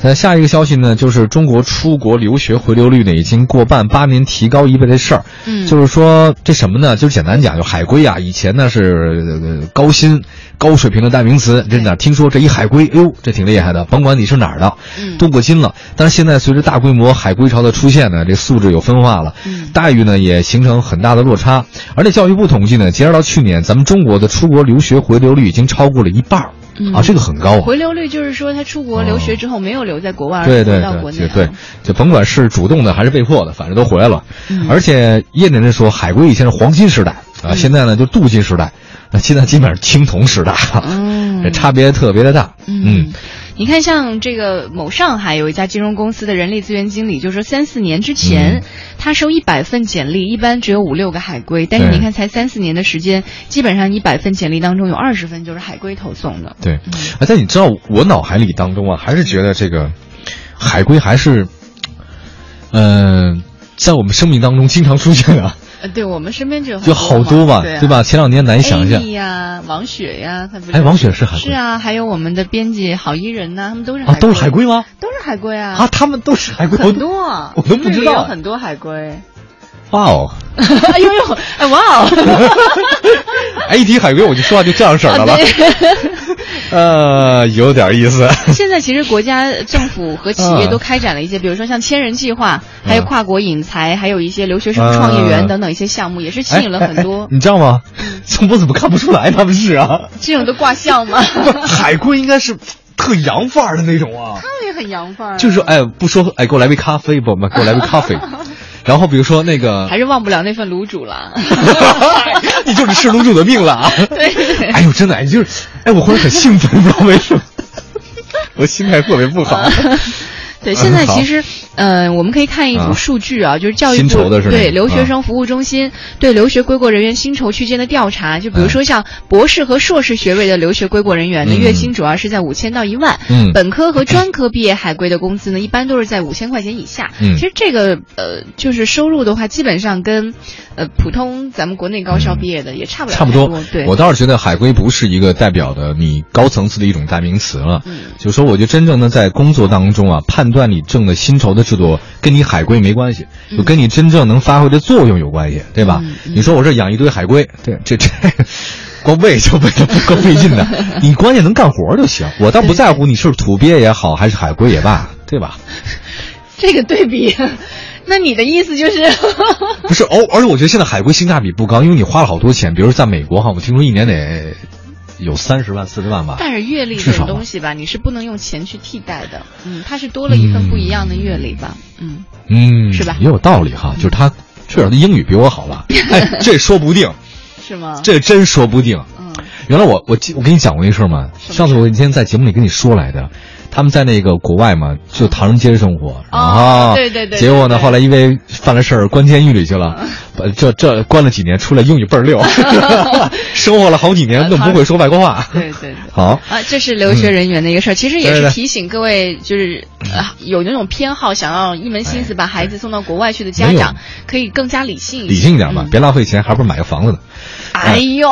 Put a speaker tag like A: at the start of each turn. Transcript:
A: 那呃下一个消息呢，就是中国出国留学回流率呢已经过半，八年提高一倍的事儿。
B: 嗯
A: 就是说这什么呢？就是简单讲，就海归啊，以前呢是、呃高薪、高水平的代名词，真的听说这一海归，哎呦，这挺厉害的，甭管你是哪儿的，
B: 嗯
A: 镀过金了。但是现在随着大规模海归潮的出现呢，这素质有分化了，
B: 嗯
A: 待遇呢也形成很大的落差。而且教育部统计呢，截止到去年，咱们中国的出国留学回流率已经超过了一半儿、
B: 嗯
A: 啊，这个很高啊。
B: 回流率就是说他出国留学之后没有留在国外，而
A: 对
B: 是
A: 对
B: 回到国
A: 对
B: 内啊
A: 对
B: 了。
A: 对，就甭管是主动的还是被迫的，反正都回来了。
B: 嗯
A: 而且业内人说，海归以前是黄金时代啊，
B: 嗯
A: 现在呢就镀金时代，那现在基本上青铜时代了，
B: 嗯
A: 这差别特别的大。
B: 嗯，你看，像这个某上海有一家金融公司的人力资源经理，就说三四年之前，
A: 嗯
B: 他收一百份简历，一般只有五六个海归，但是
A: 对
B: 你看才三四年的时间，基本上一百份简历当中有二十份就是海归投送的。
A: 对
B: 嗯，
A: 哎，但你知道我脑海里当中啊，还是觉得这个海归还是，嗯、在我们生命当中经常出现啊，
B: 呃，对我们身边就有
A: 就好
B: 好
A: 多
B: 嘛
A: 吧，
B: 对,、啊
A: 吧？？前两年难以想象
B: Amy 呀、王雪呀、他不是
A: 哎王雪是海归
B: 是啊，还有我们的编辑郝伊人呐、他们都是
A: 啊，都是海归吗？
B: 都是海归啊，
A: 啊，他们都是海归，我
B: 哎很
A: 都
B: 多啊，
A: 我都不
B: 这
A: 知
B: 里
A: 道
B: 有很多海归。
A: 哇哦。
B: 哎呦呦，哎哇 哦！
A: 哎，一提海归我就说话就这样式
B: 啊
A: 儿的了， 呃，有点意思。
B: 现在其实国家政府和企业
A: 嗯
B: 都开展了一些，比如说像千人计划，还有
A: 嗯
B: 跨国引才，还有一些留学生创业园
A: 嗯
B: 等等一些项目，也是 吸引了
A: 哎哎
B: 很多
A: 哎你知道吗？我怎么看不出来他们是啊？
B: 这种的卦象 嘛。
A: 海归应该是特洋范儿的那种啊，
B: 他们也很洋范儿啊，
A: 就是说哎，不说哎，给我来杯咖啡吧，妈给我来杯咖 啡。然后比如说那个
B: 还，是忘不了那份卤煮了。
A: 你就是吃卤煮的命了啊！
B: 对
A: 哎呦，真的，哎，你就是哎，我忽然很兴奋，不知道为什么， 我心态特别不 好。
B: 对，现在
A: 嗯好
B: 其实，嗯、我们可以看一组
A: 啊
B: 数据啊，就是教育
A: 薪
B: 部
A: 酬的是那
B: 对
A: 个
B: 留学
A: 啊
B: 生服务中心、对留学归国人员薪酬区间的调查，就比如说像博士和硕士学位的留学归国人员呢，
A: 嗯
B: 月薪主要是在五千到一万，
A: 嗯
B: 本科和专科毕业海归的工资呢，一般都是在五千块钱以下。
A: 嗯
B: 其实这个呃，就是收入的话，基本上跟呃普通咱们国内高校
A: 嗯
B: 毕业的也差不了
A: 差不
B: 太
A: 多
B: 多。。对，
A: 我倒是觉得海归不是一个代表的你高层次的一种代名词了。
B: 嗯
A: 就是说，我觉得真正的在工作当中啊，判断你挣的薪酬的制度跟你海归没关系，就跟你真正能发挥的作用有关系，对吧？
B: 嗯嗯
A: 你说我这养一堆海归，对，这这。光喂就喂的不 够费劲 的，你关键能干活就行。我倒不在乎你是土鳖也好，还是海归也罢，对吧？
B: 这个对比， 那你的意思就是？
A: 不是，哦，而且我觉得现在海归性价比不高，因为你花了好多钱，比如说在美国哈，我听说一年得有三十万、四十万吧。
B: 但是阅历这
A: 至少
B: 种东西吧，你是不能用钱去替代的。嗯，它是多了一份不一样的阅历吧。嗯，
A: 嗯，
B: 是吧
A: 也有道理哈，就是他至少他英语比我好 了，哎，这说不定，
B: 是吗？
A: 这真说不定。
B: 嗯
A: 原来我我记我跟你讲过一事儿嘛，
B: 什么事儿
A: 上次我那天在节目里跟你说来的，他们在那个国外嘛，就唐人街生活，然后
B: 哦对对对
A: 结果呢，
B: 对对啊
A: 后来因为犯了事儿关监狱里去了，把这这关了几年，出来英语倍儿 溜，生活了好几年，更不会说外国话。
B: 对对对。
A: 好，嗯
B: 啊，这是留学人员的一个事儿，其实也
A: 对嗯
B: 是
A: 对
B: 提醒各位，就是啊，有那种偏好，想要一门心思把孩子送到国外去的家
A: 哎没有
B: 长，可以更加理性一些。
A: 理性一点吧，
B: 嗯
A: 别浪费钱，还不如买个房子呢。
B: 哎呦，